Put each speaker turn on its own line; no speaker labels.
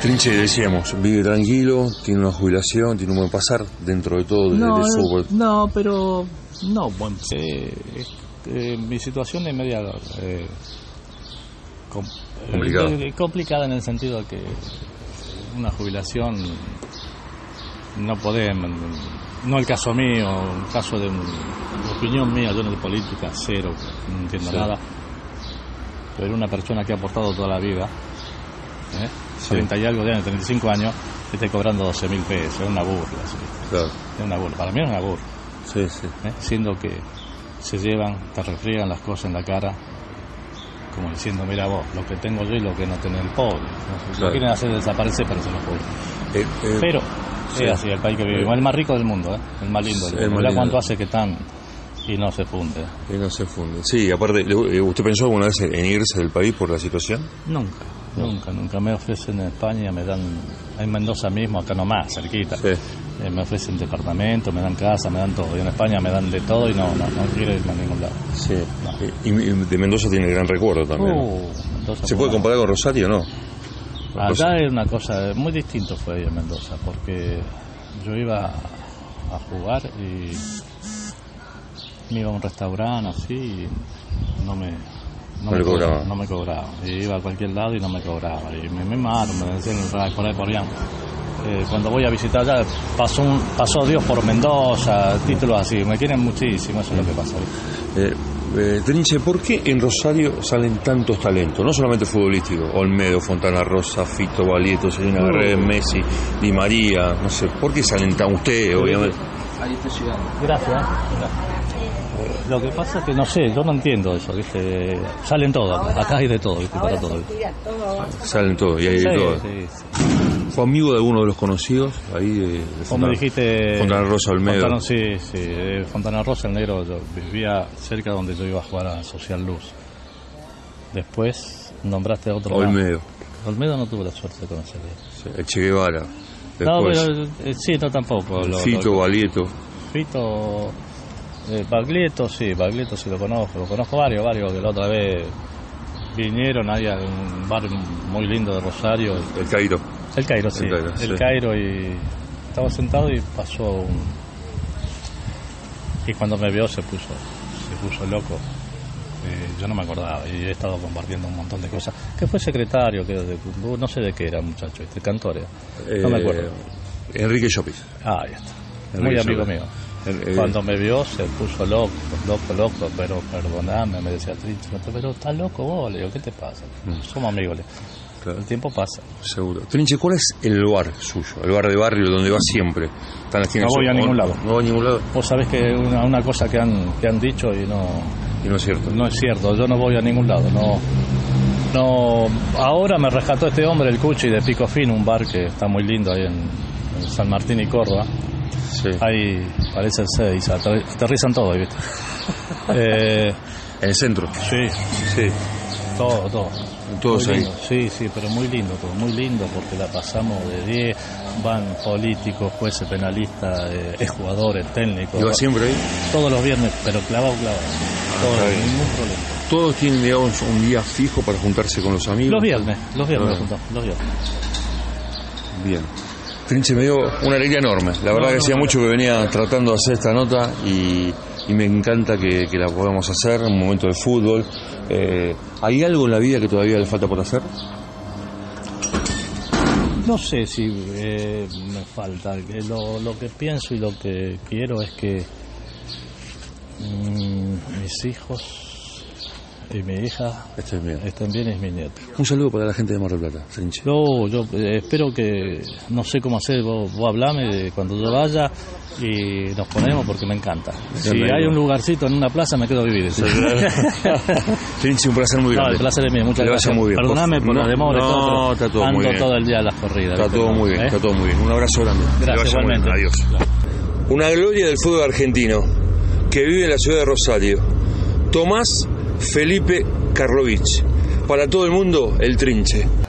Trinche, decíamos, vive tranquilo, tiene una jubilación, tiene un buen pasar dentro de todo, de,
No,
de
no,
su-
no, pero no, bueno, eh, eh, mi situación es media eh, com-
Complicada.
eh, complicada en el sentido de que una jubilación no podemos, no el caso mío, el caso de un- opinión mía, yo no de política, cero, no entiendo
Sí.
nada, pero una persona que ha aportado toda la vida, ¿eh?
Sí.
30 y algo de años, 35 años, que esté cobrando 12 mil pesos, es una burla. sí.
Claro,
Es una burla, para mí es una burla,
sí, sí.
¿eh? siendo que se llevan, te refriegan las cosas en la cara, como diciendo, mira vos, lo que tengo yo y lo que no tiene el pobre. ¿no? Lo
Claro.
quieren hacer desaparecer, pero se lo puede.
Eh, eh,
Pero
sí.
es así el país que vivimos, el más rico del mundo, ¿eh? el más lindo.
Sí,
Del
el más
mundo. Mirá
lindo.
cuánto hace que están y no se funde.
eh, no se funde. Sí, aparte, le- eh, ¿usted pensó alguna vez en irse del país por la situación?
Nunca, nunca, nunca. Me ofrecen en España, me dan, en Mendoza mismo, acá nomás, cerquita.
Sí.
Eh, me ofrecen departamento, me dan casa, me dan todo. Y en España me dan de todo y no, no, no quiero irme a ningún lado.
Sí. Eh, Y, y de Mendoza tiene gran recuerdo también.
Uh, Mendoza
¿Se
fue
puede
una-
comparar con Rosario o no?
Acá es una cosa eh, muy distinto fue ahí en Mendoza, porque yo iba a jugar y me iba a un restaurante así y no me
No le cobraba.
no me cobraba. Y iba a cualquier lado y no me cobraba. Y me mimaron, me decían "Ah, por ahí por allá". Eh, cuando voy a visitar allá pasó un- pasó Dios por Mendoza, títulos así, me quieren muchísimo, eso es lo que pasa.
Eh, eh, Trinche, ¿por qué en Rosario salen tantos talentos? No solamente futbolísticos, Olmedo, Fontana Rosa, Fito Valieto, Selena
Uh.
Guerrero, Messi, Di María, no sé, ¿por qué salen tan usted, obviamente?
Ahí está llegando.
Gracias. eh. Lo que pasa es que no sé, yo no entiendo eso, ¿viste? Salen todo, acá, acá hay de todo, ¿viste? Para todo. ¿viste?
Salen todos, y hay de todo.
sí, sí.
¿Fue amigo de alguno de los conocidos ahí de, de
Como
Fontana?
dijiste.
Fontana Rosa, Olmedo.
Fontana, sí, sí. eh, Fontana Rosa, el negro, yo vivía cerca donde yo iba a jugar a Social Luz. Después nombraste a otro. más.
Olmedo,
Olmedo no tuve la suerte de conocerle.
sí, el Che Guevara,
No,
después
pero. eh, sí, no tampoco. lo- lo-
Fito Valieto,
Fito, eh, Baglietto, sí, Baglietto sí lo conozco, lo conozco varios, varios que la otra vez vinieron ahí a un bar muy lindo de Rosario,
el Cairo.
el Cairo, sí,
El
el
Cairo,
Cairo,
sí.
y estaba sentado y pasó un... y cuando me vio se puso, se puso loco. Eh, yo no me acordaba y he estado compartiendo un montón de cosas. Que fue secretario, que de- no sé de qué era, muchacho, este cantor. era. No me
eh,
acuerdo.
Enrique Llopis.
Ah, ahí está. Muy
Enrique
amigo
Llopis.
mío.
El- el-
Cuando me vio se puso loco, loco, loco, pero perdoname, me decía Trinche, no te- pero estás loco vos, le digo, ¿qué te pasa? Somos amigos, le digo.
Mm. claro.
el tiempo pasa.
Seguro. Trinche, ¿cuál es el bar suyo? El bar de barrio donde va siempre. Está en la esquina
No
sur-
voy a ningún lado.
No voy a ningún lado.
Vos sabés que una, una cosa que han, que han dicho y no,
Y no es cierto.
no es cierto, yo no voy a ningún lado, no, no, ahora me rescató este hombre, el Cuchi de Pico Fino, un bar que está muy lindo ahí en, en San Martín y Córdoba,
Sí.
ahí parecen seis, ater- aterrizan todos, ¿viste? Eh,
En el centro.
sí,
Sí.
todo, todo.
Todos
Muy
ahí.
lindo, Sí, sí, pero muy lindo, todo, muy lindo porque la pasamos de 10, van políticos, jueces, penalistas, eh, jugadores, técnicos,
Y va siempre ahí.
todos los viernes, pero clavado, clavado, todo,
Ah, está bien.
ningún problema.
Todos tienen, digamos, un día fijo para juntarse con los amigos.
Los viernes, los viernes,
Ah.
nos juntamos, los viernes.
Bien. Trinche me dio una alegría enorme. La verdad que hacía mucho que venía tratando de hacer esta nota y, y me encanta que, que la podamos hacer, un momento de fútbol. Eh, ¿Hay algo en la vida que todavía le falta por hacer?
No sé si eh, me falta. que Lo, lo que pienso y lo que quiero es que mm, mis hijos y mi hija
Este es mío.
estén bien y mi nieto.
Un saludo para la gente de Mar del Plata, Trinche.
Yo, yo eh, espero que, no sé cómo hacer, vos, vos hablame de cuando yo vaya y nos ponemos porque me encanta. Si
Bienvenido.
hay un lugarcito en una plaza me quedo a vivir.
Trinche, un placer muy
No,
grande.
el placer es mío, muchas
Que le vaya
gracias.
muy bien.
Perdóname por
No,
la demora y
no,
todo, pero
está todo
ando
muy bien.
todo el día a las corridas.
Está
¿viste?
todo muy bien,
¿Eh?
está todo muy bien. Un abrazo grande. Que le
Gracias,
vaya muy bien.
igualmente.
Adiós. Una gloria del fútbol argentino que vive en la ciudad de Rosario. Tomás Felipe Karlovich. Para todo el mundo, el trinche.